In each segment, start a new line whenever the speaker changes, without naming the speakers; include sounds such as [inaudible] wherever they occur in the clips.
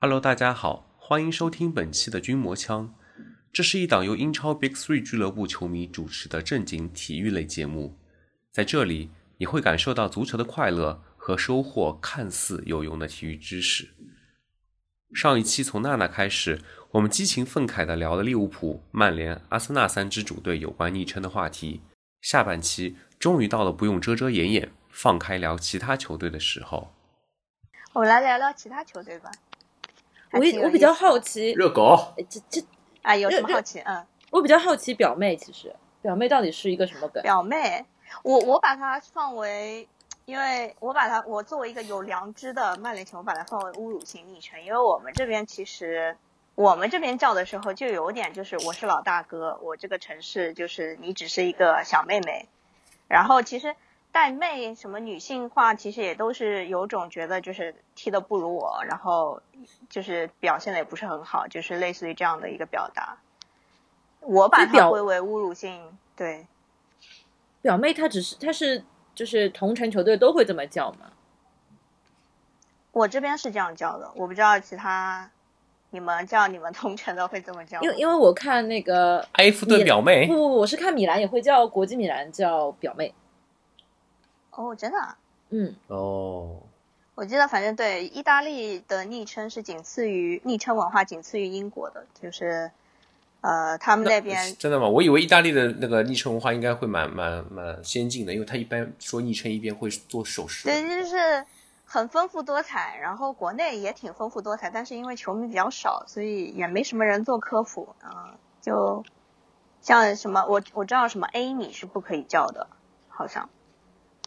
Hello，大家好，欢迎收听本期的《军魔枪》，这是一档由英超 Big Three 俱乐部球迷主持的正经体育类节目。在这里，你会感受到足球的快乐和收获看似有用的体育知识。上一期从娜娜开始，我们激情愤慨地聊了利物浦、曼联、阿森纳三支主队有关昵称的话题。下半期终于到了不用遮遮掩掩、放开聊其他球队的时候。
我来聊聊其他球队吧。还
我
挺
也
有
我比
意思
较好奇，
热狗，
呃这这
啊，有什么
热
好奇？嗯，
我比较好奇表妹，其实表妹到底是一个什么梗？
表妹，我我把它放为，因为我把它我作为一个有良知的曼联球迷，我把它放为侮辱性昵称，因为我们这边其实。我们这边叫的时候，就有点就是我是老大哥，我这个城市就是你只是一个小妹妹。然后其实带妹什么女性化，其实也都是有种觉得就是踢得不如我，然后就是表现的也不是很好，就是类似于这样的一个表达。我把
所以表
它归为侮辱性，对，
表妹她只是她是就是同城球队都会这么叫嘛？
我这边是这样叫的，我不知道其他你们叫你们同城的会这么叫吗。
因为因为我看那个
埃弗顿哎表
不
妹
不，不，我是看米兰也会叫国际米兰叫表妹，
哦，真的啊、
嗯，
哦，
我记得反正对意大利的昵称是仅次于昵称文化仅次于英国的，就是呃他们那边
真的吗？我以为意大利的那个昵称文化应该会蛮蛮蛮先进的，因为他一般说昵称一边会做手势。
对就是很丰富多彩，然后国内也挺丰富多彩，但是因为球迷比较少，所以也没什么人做科普啊、就像什么我我知道什么 A 你是不可以叫的，好像。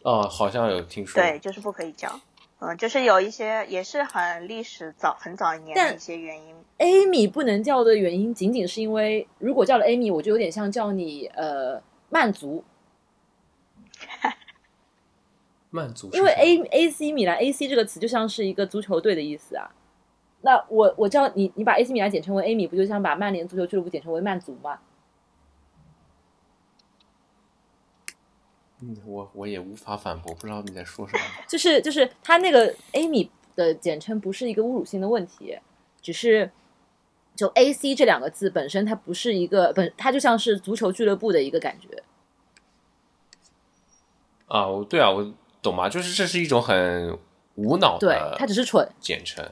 哦，好像有听说。
对，，就是不可以叫。嗯，就是有一些也是很历史早很早一年
但
的一些原因。
艾米不能叫的原因，仅仅是因为如果叫了艾米，我就有点像叫你呃曼族，
曼族是
因为
什么
A A C 米兰 A C 这个词就像是一个足球队的意思啊。那我我叫你，你把 A C 米兰简称为 A 米，不就像把曼联足球俱乐部简称为曼族吗？
嗯，我我也无法反驳，不知道你在说什么。
就是就是他那个 Amy 的简称不是一个侮辱性的问题，只是就 AC 这两个字本身它不是一个本，它就像是足球俱乐部的一个感觉。
啊，我对啊，我懂嘛，就是这是一种很无脑
对
的，
它只是蠢，
简称。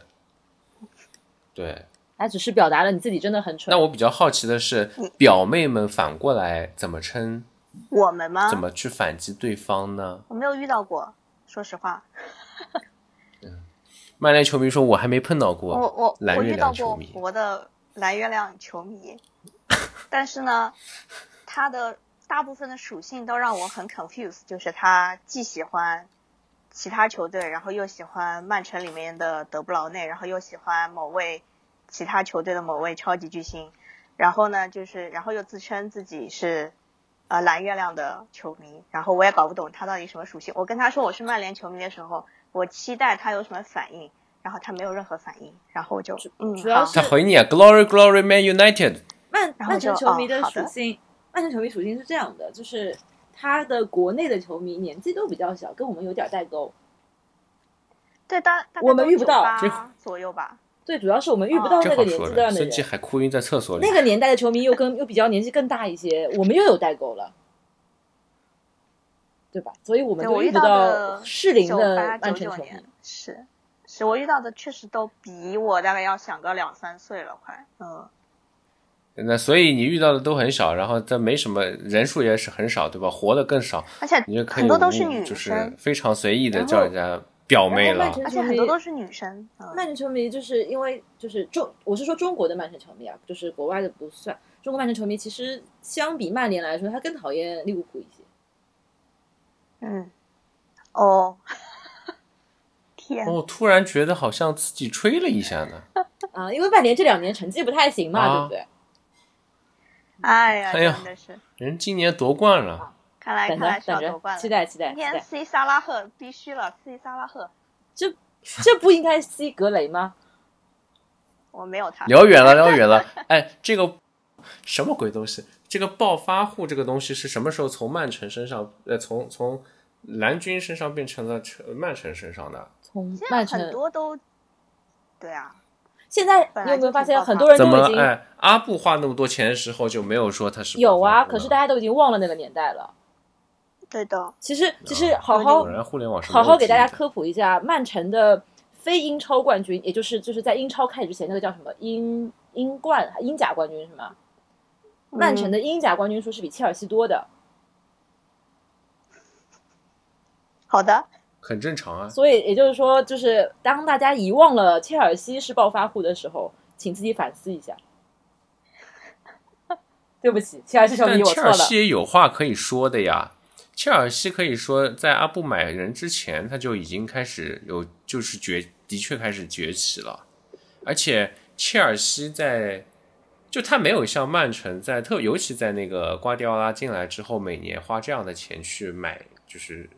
对，
它只是表达了你自己真的很蠢
那。我比较好奇的是，
嗯
表妹们反过来怎么称，
我们吗
啊
怎？么去反击对方呢？
我没有遇到过，说实话，
曼联球迷说，我还没碰到过。
我
哦
我
蓝
我
月
遇
亮
到
球
过
迷
我的蓝月亮球迷，
[laughs]
但是呢，他的大部分的属性都让我很 confused，就是他既喜欢其他球队，然后又喜欢曼城里面的德布劳内，然后又喜欢某位其他球队的某位超级巨星，然后呢，就是然后又自称自己是呃蓝月亮的球迷，然后我也搞不懂他到底什么属性。我跟他说我是曼联球迷的时候，我期待他有什么反应，然后他没有任何反应，然后我就嗯，
主要
好
是
他回你啊，Glory Glory Man United。
曼
然后
曼
就
城球迷
哦
的
好
属
的
性，曼城球迷属性是这样的，就是他的国内的球迷年纪都比较小，跟我们有点代沟。
对，大大概
我们
都
遇不到
98
这
左右吧。
对，主要是我们遇不到
哦
那
正
个
好
年
说
纪段
了，
的
孙
人
继。海哭晕在厕所里。
[laughs] 那个年代的球迷又跟又比较年纪更大一些，我们又有代沟了，对吧？所以我们
对
就
我遇
不
到
到
的
适龄
九
的
八
曼
九
城
九
球迷
年。是，是我遇到的确实都比我大概要小个两三岁了，快，嗯，
那所以你遇到的都很少，然后这没什么人数也是很少，对吧？活的更少，
而且
你就可以
很多都是
无
女
就是
生，
非常随意的
然后
叫人家表妹
然
了
后曼。
而且
城球迷
很多都是女生，嗯，
曼城球迷就是因为就是中，我是说中国的曼城球迷啊，就是国外的不算。中国曼城球迷其实相比曼联来说，他更讨厌利物浦一些。
嗯，哦， [laughs] 天，
哦，突然觉得好像自己吹了一下呢。
啊、因为曼联这两年成绩不太行嘛，
啊
对不对？
哎呀，
哎呀
真的是，
人今年夺冠
[laughs]
了，
看来
等
哎看来
着
是要
等
夺
着，
冠
期
了。
待期待
今
期
天
待，
C 萨拉赫必须了，C 萨拉赫，
这不应该西格雷吗？
我没有他，
聊远了，聊远了。哎，这个什么鬼东西？这个暴发户这个东西是什么时候从曼城身上，呃，从从蓝军身上变成了城曼城身上的？
从
现在
曼城
很多都，对啊，
现在
本
你
来
有没有
就
发
挺
现
糟
很
糕
多人
怎
都
么
已经
哎，阿布花那么多钱的时候就没有说他是
有
暴
啊？
发户
可是
呢
大家都已经忘了那个年代了。
对的，
其
啊
实其实好
有
好
果然互联网是
好
没有
好
记
给
忆
大家
的
科普一下，曼城的非英超冠军，也就是就是在英超开始之前，那个叫什么英英冠英甲冠军是吗？曼
嗯
城的英甲冠军数是比切尔西多的，
好的，
很正常啊。
所以也就是说，就是当大家遗忘了切尔西是暴发户的时候，请自己反思一下。 [laughs] 对不起，切尔西球迷，
但
我
切
错
尔
了。
西也有话可以说的呀。切尔西可以说在阿布买人之前，他就已经开始有，就是崛，的确开始崛起了。而且切尔西在，就他没有像曼城在特，尤其在那个瓜迪奥拉进来之后，每年花这样的钱去买，就是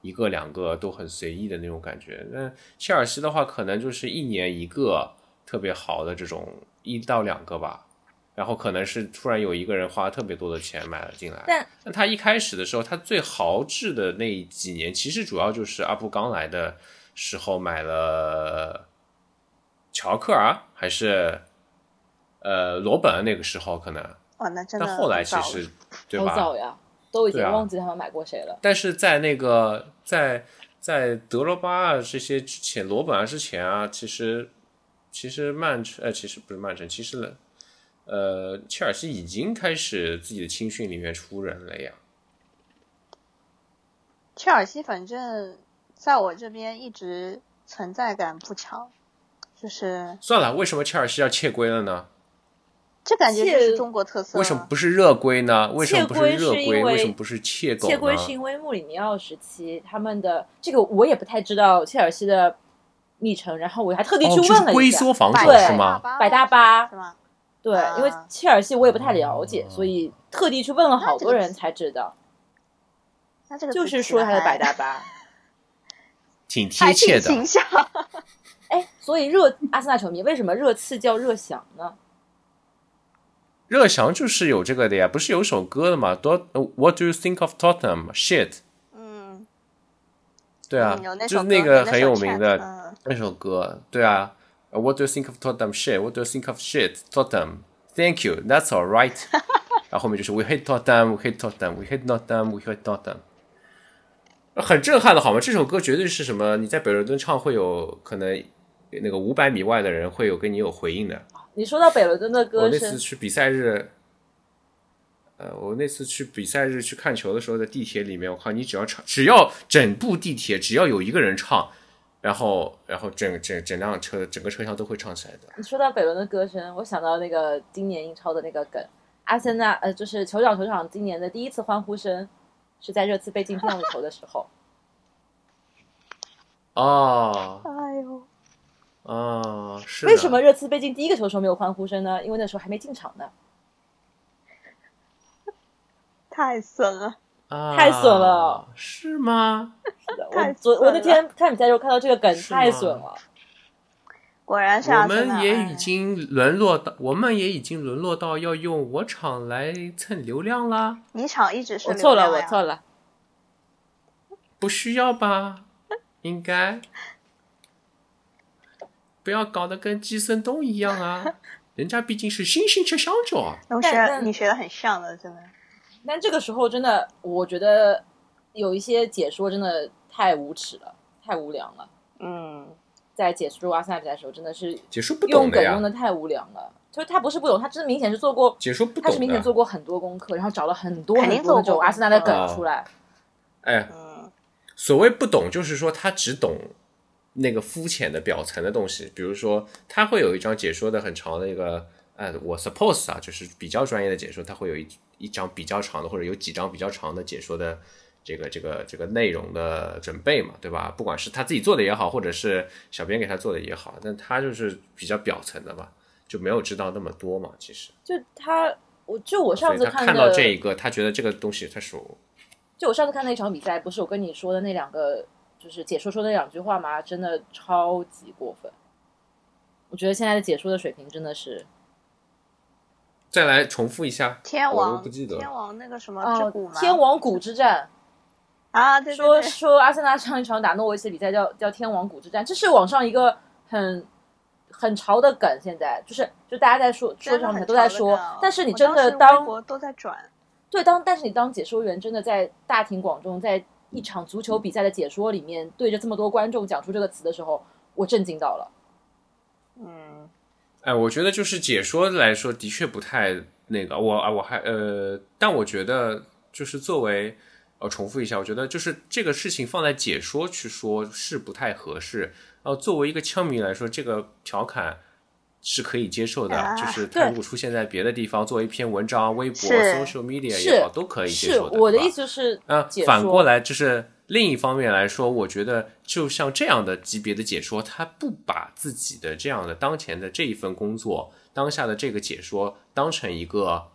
一个两个都很随意的那种感觉。那切尔西的话，可能就是一年一个特别好的这种一到两个吧，然后可能是突然有一个人花特别多的钱买了进来。
但
那他一开始的时候，他最豪掷的那几年，其实主要就是阿布刚来的时候买了乔克尔啊还是呃罗本那个时候可能，
哇，哦那真的
但
很
后来其
糟
实对
好
吧？
早呀，都已经
对啊
忘记他们买过谁了。
但是在那个在在德罗巴啊这些之前，罗本啊之前啊，其实其实曼城呃，其实不是曼城，其实呢呃，切尔西已经开始自己的青训里面出人了呀。
切尔西反正在我这边一直存在感不强，就是
算了，为什么切尔西要窃归了呢？
这感觉就
切
是中国特色啊。
为什么不是热归呢？为什么不是热
窃归嗯是因为
为什么不是窃狗呢？
切归是因为穆里尼奥时期他们的这个我也不太知道切尔西的昵称，然后我还特地
哦，
去
就是
问了
龟
一下，
缩防守
对
是吗？
百大巴
是吗？
对，因为
啊
切尔西我也不太了解，
哦
所以特地去问了好多人才知道，
那这个
就
词
是
起
说
得
他的
还
百搭吧。
挺
还
贴切
挺
的，
形象。
哎，所以热阿森纳球迷为什么热刺叫热想呢？
热翔就是有这个的呀，不是有首歌的吗？Dot 呃 What do you think of Tottenham? Shit，
嗯，
对啊，
嗯有那
就是
首歌
那
有
个
那
很
首
有名
chat，
的
嗯
那首歌，对啊。呃 What do you think of Tottenham? Shit. What do you think of shit? Tottenham. Thank you. That's all right.
[laughs]
然后后面就是 We hate Tottenham. We hate Tottenham. We hate Tottenham. We hate Tottenham. 很震撼的好吗？这首歌绝对是什么？你在北伦敦唱会有可能那个五百米外的人会有跟你有回应的。
你说到北伦敦的
我
歌
那次
声，
去比赛日，呃，我那次去比赛日去看球的时候，在地铁里面，我靠，你只要唱，只要整部地铁只要有一个人唱，然后然后整整整辆车整个车厢都会唱起来的。
你说到北伦敦的歌声，我想到那个今年英超的那个梗，阿森纳呃，就是酋长球场今年的第一次欢呼声是在热刺被进让球的时候。
哦
哎呦，
哦，是的
为什么？热刺被进第一个球的时候没有欢呼声呢？因为那时候还没进场呢，
太损了！
啊
太损了，
是吗？
是的。
太
我昨
损
我那
了
天看比赛的时候看到这个梗
是吗
太损了，
果然是
我
阿森
们
纳。
也
哎
已经沦落到，我们也已经沦落到要用我场来蹭流量啦，
你场一直是
我错了，
流
我
量呀
错了。
不需要吧？应该不要搞得跟寄生东一样
[laughs]
啊！人家毕竟是猩猩吃香蕉啊。
我学
但但
你学的很像的，真的。
但这个时候真的，我觉得有一些解说真的太无耻了，太无良了。
嗯，
在解说阿森纳比赛的时候，真的是
解说不懂
用
的
梗
呀
用，的太无良了。就是他不是不懂，他真的明显是做过，
解说不
他是
懂
明显
的。
做过很多功课，然后找了很多
肯定
很多那
做
种
过
阿森纳的
功课
嗯
梗出来。
哎，
嗯，
所谓不懂，就是说他只懂那个肤浅的表层的东西，比如说他会有一张解说的很长的一个，呃，我 suppose 啊，就是比较专业的解说，他会有一一张比较长的，或者有几张比较长的解说的这个这个这个内容的准备嘛，对吧？不管是他自己做的也好，或者是小编给他做的也好，但他就是比较表层的嘛，就没有知道那么多嘛，其实。
就他，我就我
所
上
以
次
他看
的，
到这一个，他觉得这个东西他熟，
就我上次看那场比赛，不是我跟你说的那两个，就是解说说的那两句话吗？真的超级过分。我觉得现在的解说的水平真的是，
再来重复一下，
天
我
王
都不记得了
天王那个什么之
哦
谷，吗？
天王谷之战，
啊， [laughs] 对对
说
对，
说阿森纳上一场打诺维奇的比赛叫叫天王谷之战，这是网上一个很很潮的梗，现在就是就大家在说说
真的
上面
很
都在
潮的
说
梗，
但是你
我
真的
当时微
当
博都在转，
对，当但是你当解说员，真的在大庭广众，在一场足球比赛的解说里面，对着这么多观众讲出这个词的时候，我震惊到了。
嗯，
哎，我觉得就是解说来说，的确不太那个。我啊，我还呃，但我觉得就是作为呃，重复一下，我觉得就是这个事情放在解说去说是不太合适。呃，作为一个枪迷来说，这个调侃是可以接受的，
啊
就是它
对
如果出现在别的地方，作为一篇文章、啊微博、
是
social media 也好，
是
都可以接
是
受
我的
对吧
意思是，
呃
解，说
反过来就是另一方面来说，我觉得就像这样的级别的解说，他不把自己的这样的当前的这一份工作，当下的这个解说当成一个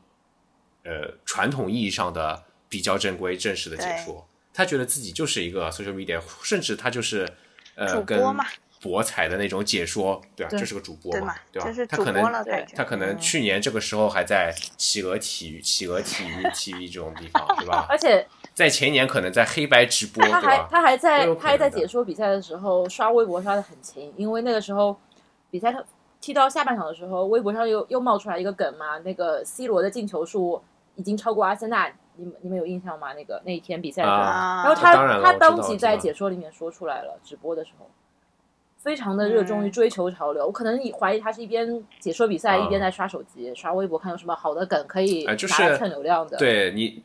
呃传统意义上的比较正规正式的解说，他觉得自己就是一个 social media，甚至他就是呃
主
跟
播嘛
博彩的那种解说，对吧、
对
就是个主播
对
嘛
嘛，，
对吧、啊
就是
他
主
可
播
能
了
对
感觉。
他可能
嗯
去年这个时候还在企鹅体育、企鹅体育 [laughs] TV 这种地方，对吧？
而且
在前年可能在黑白直播，
他
对
还
吧？
他还
都
在
有可
他还在
能的
解说比赛的时候刷微博刷的很勤，因为那个时候比赛他踢到下半场的时候，微博上又又冒出来一个梗嘛，那个 C 罗的进球数已经超过阿森纳，你们你们有印象吗？那个那一天比赛的时候，
啊
然后
当然
他
了
他
我知
当
道
即
我知
在
道
解说里面说出来了，直播的时候，非常的热衷于追求潮流。我可能也怀疑他是一边解说比赛、
嗯
一边在刷手机、刷微博，看有什么好的梗可以
哎就
拿来
是
蹭流量的。
对你，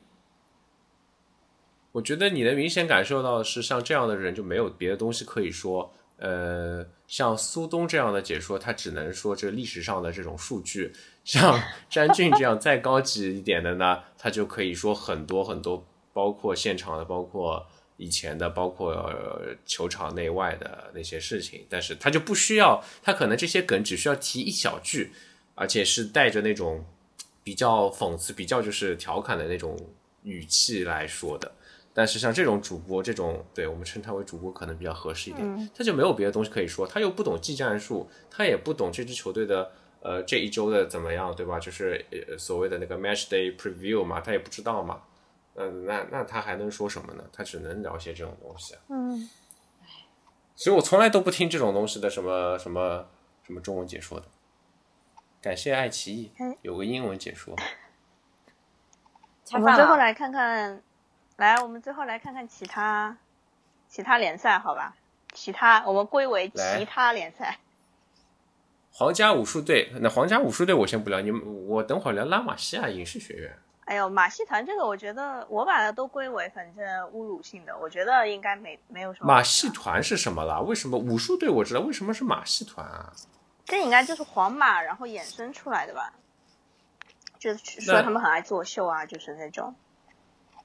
我觉得你能明显感受到的是，像这样的人就没有别的东西可以说。呃，像苏东这样的解说，他只能说这历史上的这种数据。像 [laughs] 詹俊这样再高级一点的呢，他就可以说很多很多，包括现场的，包括以前的，包括、呃球场内外的那些事情。但是他就不需要，他可能这些梗只需要提一小句，而且是带着那种比较讽刺、比较就是调侃的那种语气来说的。但是像这种主播，这种对我们称他为主播可能比较合适一点，
嗯
他就没有别的东西可以说，他又不懂技战术，他也不懂这支球队的呃这一周的怎么样，对吧？就是呃所谓的那个 match day preview 嘛，他也不知道嘛。嗯、那那他还能说什么呢？他只能聊些这种东西啊。
嗯，
所以我从来都不听这种东西的什么什么什么中文解说的。感谢爱奇艺
嗯
有个英文解说，
恰
我
饭
们最后
了。
来看看，来，我们最后来看看其他其他联赛，好吧？其他我们归为
来
其他联赛。
皇家武术队。那皇家武术队我先不聊，你们我等会儿聊拉玛西亚影视学院。
哎呦，马戏团这个，我觉得我把它都归为反正侮辱性的，我觉得应该没没有什么。
马戏团是什么啦？为什么武术队我知道，为什么是马戏团啊？
这应该就是皇马然后衍生出来的吧？就是说
那
他们很爱作秀啊，就是那种。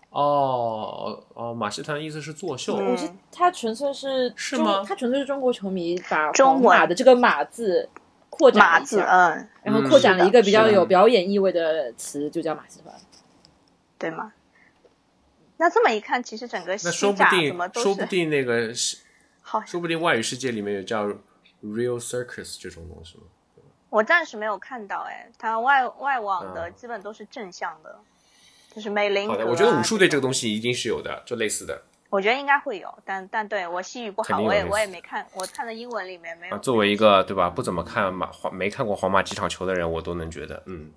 哦哦，马戏团的意思是作秀。
嗯
我是他纯粹是
是
中
吗
他纯粹是中国球迷把
中
皇
文
马的这个“马”字扩
马
展了一
字，
下，
嗯，
然后
嗯
扩展了一个比较
是的
有表演意味的词，就叫马戏团。
对吗？那这么一看，其实整个
那说
西
不
甲
定
什么，都
说不
是
定那个是，
[laughs] 好。
说不定外语世界里面有叫 real circus 这种东西吗？
我暂时没有看到，哎，它外外网的
嗯
基本都是正向的，就是梅林格、
好
啊。
的，我觉得武术队这
种
个东西一定是有的，就类似的
我觉得应该会有，但但对我西语不
肯
好，
定有
我也
类似
我也没看，我看的英文里面没有。
啊。作为一个对吧不怎么看马皇没看过皇马几场球的人，我都能觉得嗯，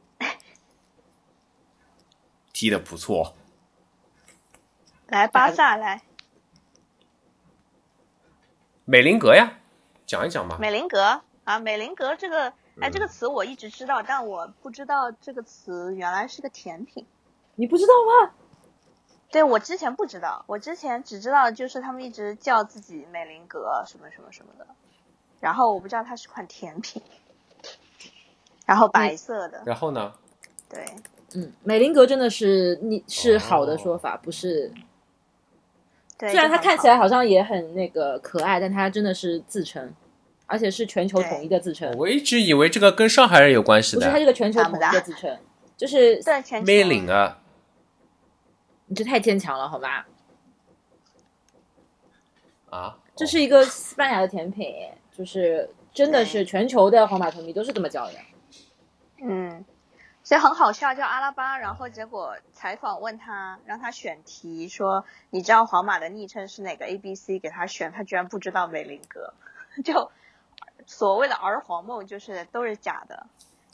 踢得不错。
来巴萨来，
美林格呀，讲一讲吧。
美林格啊，美林格这个，哎，
嗯
这个词我一直知道，但我不知道这个词原来是个甜品。
你不知道吗？
对我之前不知道，我之前只知道就是他们一直叫自己美林格什么什么什么的，然后我不知道它是款甜品，然后白色的，
然后呢？
对，
嗯，美林格真的是你是好的
哦
说法，不是。
对，
虽然
就
他
很
看起来好像也很那个可爱，但他真的是自称，而且是全球统一的自称，
我一直以为这个跟上海人有关系
不是他
的。
这个全球统一的自称，就是
对全球
美林啊，
你这太牵强了好吗？
啊，
这
哦
是一个西班牙的甜品，就是真的是全球的皇马球迷都是这么叫的。
嗯，所以很好笑，叫阿拉巴，然后结果采访问他，让他选题，说你知道皇马的昵称是哪个 A B [laughs] C，给他选，他居然不知道美林格，就所谓的儿皇梦就是都是假的，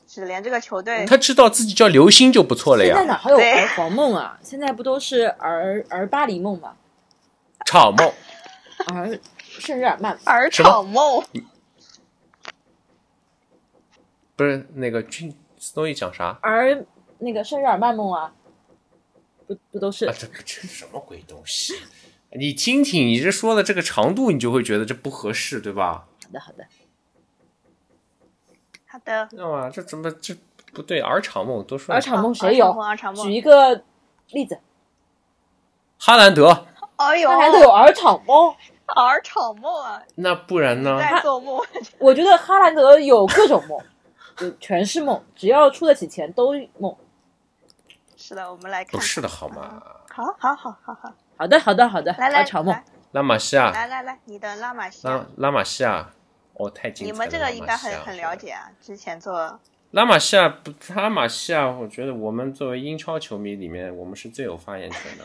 只连这个球队
他知道自己叫刘星就不错了
现在
呀。
哪还有
对
儿皇梦啊？现在不都是儿儿巴黎梦吗？
场梦，
儿圣日耳曼吧
儿
什么
场梦，
不是那个君 Snowy 讲啥？啊，
儿那个圣日耳曼梦啊，不不都
啊
是？
啊这这什么鬼东西？你听听，你这说的这个长度，你就会觉得这不合适，对吧？
好的好的，
他的
知道吗？这怎么这不对？儿场梦多说
儿
一
场梦谁有？
啊儿场
举
梦，
一个例子，
哈兰德，
哎呦，
大家都有儿场梦。
儿场梦啊，
那不然
嗯
呢？
在做梦， [laughs]
我觉得哈兰德有各种梦，就全是梦，只要出得起钱都梦。
是的，我们来看，
不哦是的好吗？
好好好好好，
好的好的好的，
来来
儿场梦
来
拉玛西亚，
来来来，你的拉玛西亚
拉。拉玛西亚，哦，太精彩
你
了！
们这个应该很
拉玛西亚
很了。解啊，之前做
拉玛西亚不，拉玛西亚，我觉得我们作为英超球迷里面，我们是最有发言权的。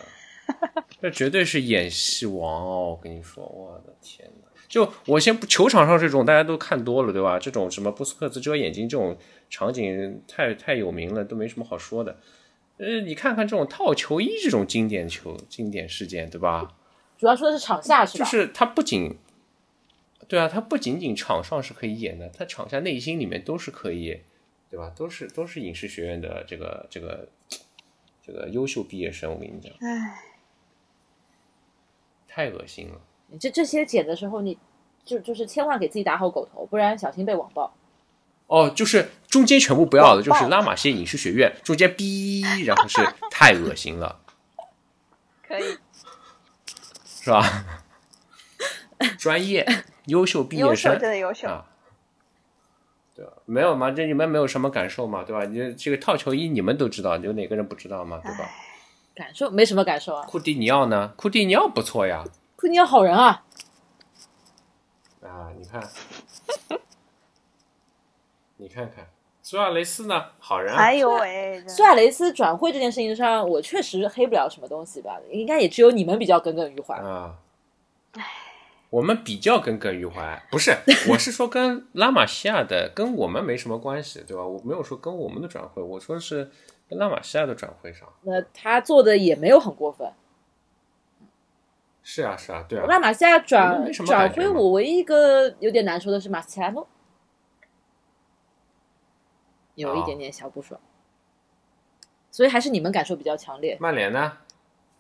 这绝对是演戏王哦！我跟你说，我的天哪！就我先不，球场上这种大家都看多了，对吧？这种什么布斯克茨遮眼睛这种场景太太有名了，都没什么好说的。呃，你看看这种套球衣这种经典球经典事件，对吧？
主要说的是场下是
就
吧？
是他不仅，对啊，他不仅仅场上是可以演的，他场下内心里面都是可以，对吧？都是都是影视学院的这个这个这个优秀毕业生，我跟你讲，
唉，
太恶心了。
你这这些剪的时候，你就就是千万给自己打好狗头，不然小心被网暴。
哦，就是中间全部不要的，就是
网暴
拉玛西亚影视学院中间哔，然后
[laughs]
是太恶心了，
可以
是吧？
[laughs]
专业优秀毕
优
业
秀，
生
真，的优秀。
啊，对吧？啊没有嘛，这你们没有什么感受嘛，对吧？你这个套球衣你们都知道，有哪个人不知道嘛，对吧？
感受没什么感受啊，
库蒂尼奥呢？库蒂尼奥不错呀，
库尼奥好人啊，
啊，你看，你看看，苏亚雷斯呢？好人、啊
哎，呦喂，真的
苏亚雷斯转会这件事情上，我确实黑不了什么东西吧，应该也只有你们比较耿耿于怀。
啊，我们比较耿耿于怀，不
[laughs]
是，我是说跟拉玛西亚的跟我们没什么关系，对吧？我没有说跟我们的转会，我说是跟拉玛西亚的转会上。
那他做的也没有很过分。
是啊，是啊，对啊。
拉玛西亚
我们
转
没什么
转
感觉
会，
嘛
我唯一一个有点难受的是马斯切拉诺，有一点点小不爽，所以还是你们感受比较强
嗯
烈。
曼联呢？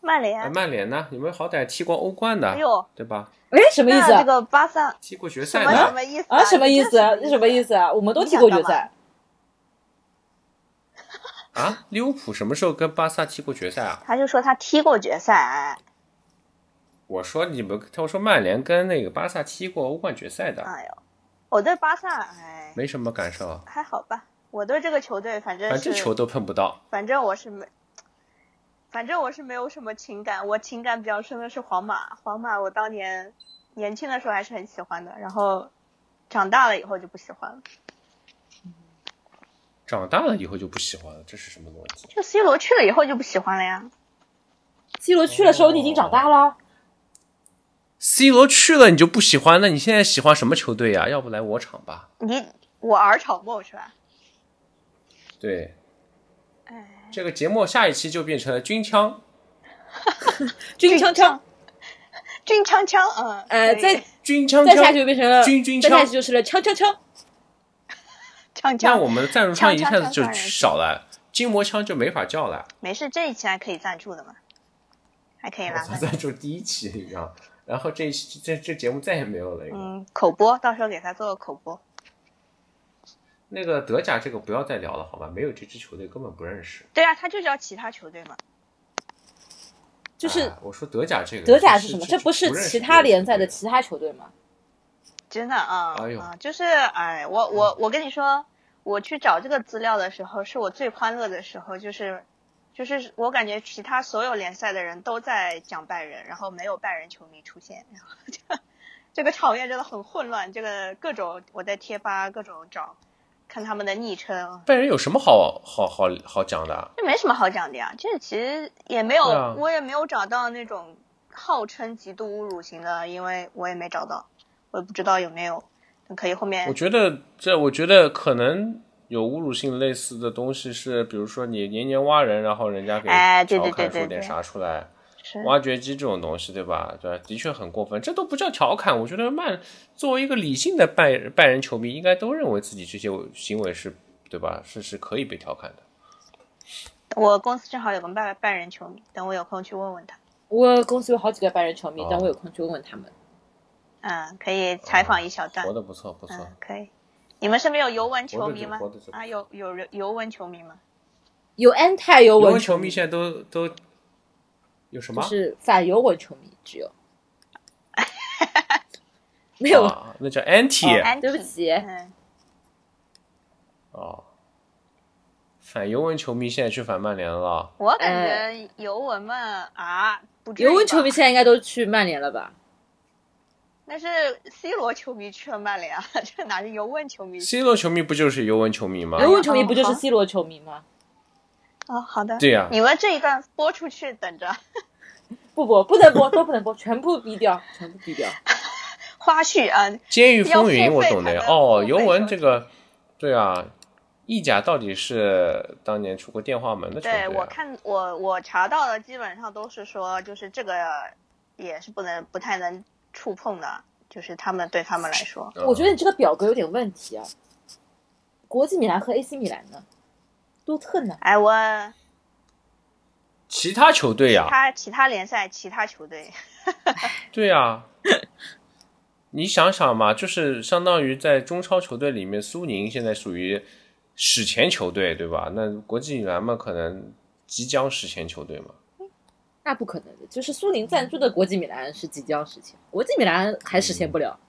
曼联
哎，，曼联呢？你们好歹踢过欧冠
哎
的，
呦，
对吧？
哎，什么意思
那这
啊？
个巴萨
踢过决
什
赛
么什
的，
么意思
啊，什么意思啊？
这
什么意
思？
思啊？我们都踢过决赛，
啊？利物浦什么时候跟巴萨踢过决赛啊？
他就说他踢过决赛，
我说你们，他说曼联跟那个巴萨踢过欧冠决赛的，
哎呦，我对巴萨哎
没什么感受，啊
还好吧，我对这个球队反正
反
是
正球都碰不到。
反正我是没。反正我是没有什么情感，我情感比较深的是皇马。皇马我当年年轻的时候还是很喜欢的，然后长大了以后就不喜欢了。
长大了以后就不喜欢了，这是什么逻辑？
就 C 罗去了以后就不喜欢了呀。
C 罗去的时候你已经长大
哦
了，
C 罗去了你就不喜欢，那你现在喜欢什么球队呀、要不来我场吧？
你我儿炒梦是吧？
对，
哎，
这个节目下一期就变成了军腔，
军枪枪，
俊锵锵，嗯，
呃，
可以
再
军腔
再下
腔
去。就变成了
军军
再下
枪
去就是了枪枪枪。
锵
那
锵，
我们的赞助商一下子
枪枪
就
枪
少了，筋膜枪就没法叫了。
没事，这一期还可以赞助的嘛，还可以拉
我
赞助。
赞助第一期，你知道，然后这一期这这节目再也没有了。
嗯，口播，到时候给他做个口播。
那个德甲这个不要再聊了，好吧？没有这支球队根本不认识。
对啊，他就叫其他球队嘛。
就是
哎我说德甲这个，
德甲是什么？这不是
认识
其他联赛的
球队
其他球队吗？
真的啊，
哎呦
啊，就是哎，我我我跟你说，我去找这个资料的时候，是我最欢乐的时候，就是就是我感觉其他所有联赛的人都在讲拜仁，然后没有拜仁球迷出现，然后就这个场面真的很混乱，这个各种我在贴吧各种找，看他们的昵称，
拜仁有什么好好好好讲的？啊
嗯
这没什么好讲的呀，这其实也没有，
对啊
我也没有找到那种号称极度侮辱型的，因为我也没找到，我也不知道有没有可以后
我
面
觉得这，我觉得可能有侮辱性类似的东西是，比如说你年年挖人，然后人家给
哎对
调
对
侃
对对
出点
对
啥出来，
是
挖掘机这种东西，对吧？对吧，的确很过分，这都不叫调侃。我觉得曼作为一个理性的拜拜仁球迷，应该都认为自己这些行为是对吧？是是可以被调侃的。
我公司正好有个拜拜仁球迷，等我有空去问问他。
我公司有好几个白人球迷
哦，
等我有空去问问他们。
嗯，可以采访一小段
啊活。得不错，不错。
嗯，可以。你们身边有尤文球
活得
迷
久
吗
活得？久
啊，有有人尤文球迷吗？
有 anti 尤
尤
文
文球迷现在都都有什么？
就是反尤文球迷，
[laughs]
只有没有，哦
啊、那叫 anti
安
对不
婷
起
嗯，
哦。反尤文球迷现在去反曼联了，
我感觉尤文嘛啊，不至于吧
呃尤文球迷现在应该都去曼联了吧？
那是 C 罗球迷去了曼联啊， [laughs] 这哪是尤文球迷
C 罗球迷不就是尤文球迷吗？
尤文球迷不就
哦
是
好
C 罗球迷吗？
啊？好的，
对
嗯
呀、
你们这一段播出去等着
不播，不能播，都不能播，全部逼掉，全部逼掉。
花絮啊。
监狱风云我懂的呀
要。付费才能
哦，
付费
尤文
收
这
听
个，对啊，意甲到底是当年出过电话门的球队、
对
啊。
我看我我查到的基本上都是说，就是这个也是不能不太能触碰的，就是他们对他们来说，
嗯
我觉得你这个表格有点问题啊。国际米兰和 AC 米兰呢？多特呢？
哎，我
其他球队呀、
他其他联赛其他球队，
对呀、你想想嘛，就是相当于在中超球队里面，苏宁现在属于史前球队，对吧？那国际米兰嘛，可能即将史前球队嘛。
那不可能的，就是苏宁赞助的国际米兰是即将实
嗯
现，国际米兰还实现不了。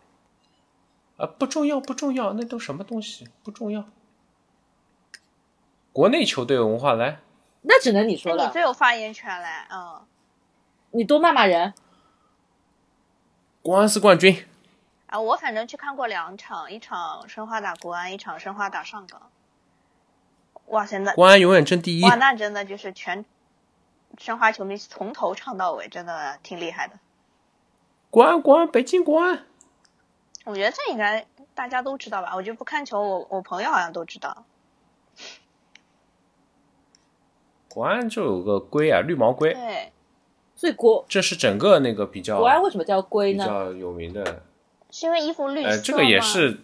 啊，不重要，不重要，那都什么东西？不重要。国内球队文化来，
那只能你
那
说
哎
哎
你
了，
最有发言权了，嗯
你多骂骂人。
国安是冠军。
啊，我反正去看过两场，一场申花打国安，一场申花打上港。哇塞，那
国安永远争第一。
哇，那真的就是全申花球迷从头唱到尾，真的挺厉害的。
国安，国安，北京国安。
我觉得这应该大家都知道吧？我就不看球，我我朋友好像都知道。
国安就有个龟啊，绿毛龟，
对，
所以国
这是整个那个比较
国安为什么叫龟
比
呢？
较有名的，
是因为衣服绿色
呃，
吗？
这个也是，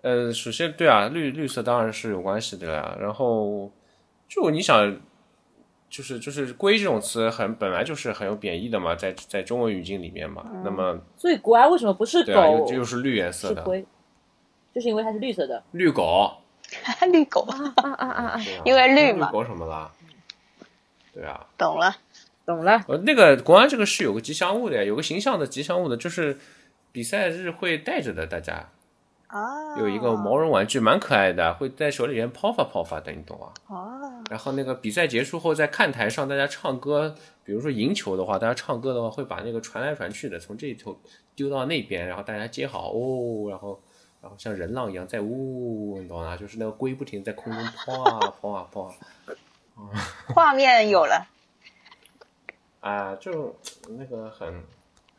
呃，首先对啊，绿绿色当然是有关系的啦。然后就你想，就是就是“龟”这种词很本来就是很有贬义的嘛，在在中文语境里面嘛。那么
所以国安为什么不嗯是
对啊，又
狗？
又是绿颜色
是
的
龟，就是因为它是绿色的。
绿狗，
[laughs] 绿狗，
啊啊啊啊！
对啊
因为
绿
绿嘛
狗什么啦？对啊，
懂了。
懂了，
呃，那个国安这个是有个吉祥物的呀，有个形象的吉祥物的，就是比赛日会带着的，大家
啊，
有一个毛绒玩具，蛮可爱的，啊会在手里面抛发抛发的，你懂啊？
哦，
然后那个比赛结束后，在看台上大家唱歌，比如说赢球的话，大家唱歌的话会把那个传来传去的，从这一头丢到那边，然后大家接好哦，然后然后像人浪一样在呜、你懂啊？就是那个龟不停在空中抛啊抛啊抛啊，
画面有了，
啊，就那个很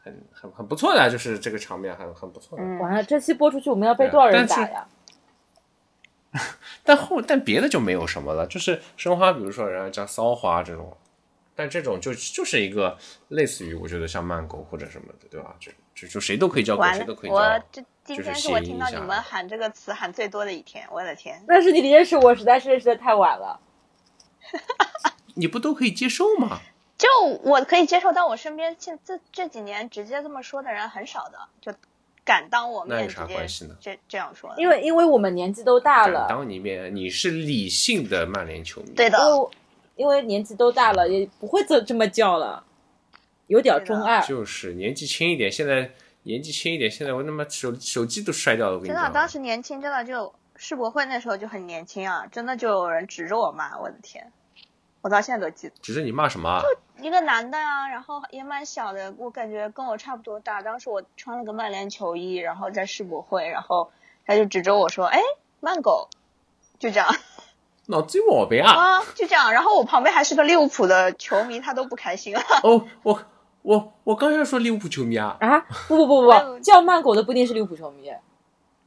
很很很不错的，啊就是这个场面很很不错的。
嗯，
完了，这期播出去我们要被多少人
对啊但
打
是
呀？
但后但别的就没有什么了，就是申花，比如说人家加骚花这种，但这种就就是一个类似于我觉得像慢狗或者什么的，对吧？就就就谁都可以叫狗，
完
谁
了
都可，以
我
叫。
这今
就是啊
天是
谐
我
音
听
一
到你
下
们喊这个词喊最多的一天，我的天！
那是你认识我，实在是认识的太晚了。
你不都可以接受吗？
就我可以接受，但我身边现这这几年直接这么说的人很少的，就敢当我
那有
面
啥
直接
关系呢
这这样说的。
因为因为我们年纪都大
敢
了，
当一面，你是理性的曼联球迷。
对的，
因为因为年纪都大了，也不会这这么叫了，有点中二。
就是年纪轻一点，现在年纪轻一点，现在我他妈手手机都摔掉了，我跟你
真
讲。啊
的啊当时年轻，真的就世博会那时候就很年轻啊，真的就有人指着我骂，我的天，我到现在都记得。
指着你骂什么啊？
一个男的啊，然后也蛮小的，我感觉跟我差不多大。当时我穿了个曼联球衣，然后在世博会，然后他就指着我说：“哎，曼狗。”
[laughs]
就这样
脑子有毛病啊！
啊，就这样。然后我旁边还是个利物浦的球迷，他都不开心了。
哦，我我我刚要说利物浦球迷啊，
啊，不不不不
我有
不，叫曼狗的不一定是利物浦球迷，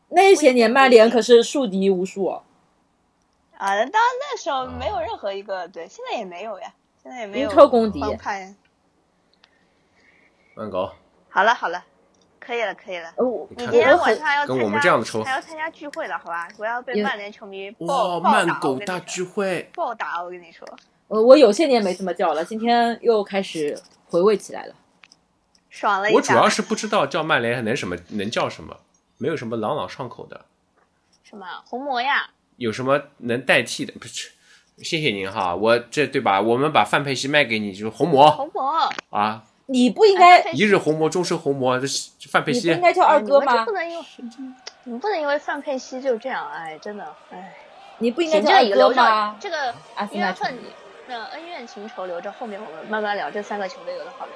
那些年曼联可是树敌无数哦，
啊，当那时候没有任何一个对，现在也没有呀，现在也没
零
有
头公敌。呃
帮派。
慢搞，
好了好了，可以了可以了。
呃我
你
你
看
今天
我
晚
很
上要参加
跟我们这样的抽
还要参加聚会了，好吧？我要被
也
曼联球迷暴
哇，
暴打
慢狗
我跟你
大
说
聚会，
暴打，我跟你说。
呃我有些年没这么叫了，今天又开始回味起来了。
爽了一下。
我主要是不知道叫曼联还能什么能叫什么，没有什么朗朗上口的，
什么红魔呀？
有什么能代替的？不是，谢谢您哈，我这对吧？我们把范佩西卖给你，就是红魔
红魔，
啊，
你不应该，
哎
一日红魔，终身红魔，这是范佩
你不
西
应。该叫二哥
你们就
吗
不？能因为你们不能因为范佩西就这样，哎，真的，哎，
你不应该
行，
叫
这个
二
也
哥
留着
吗，？
这个
阿森纳
缘
球迷
分，那恩怨情仇留着后面我们慢慢聊，这三个球队有的好聊。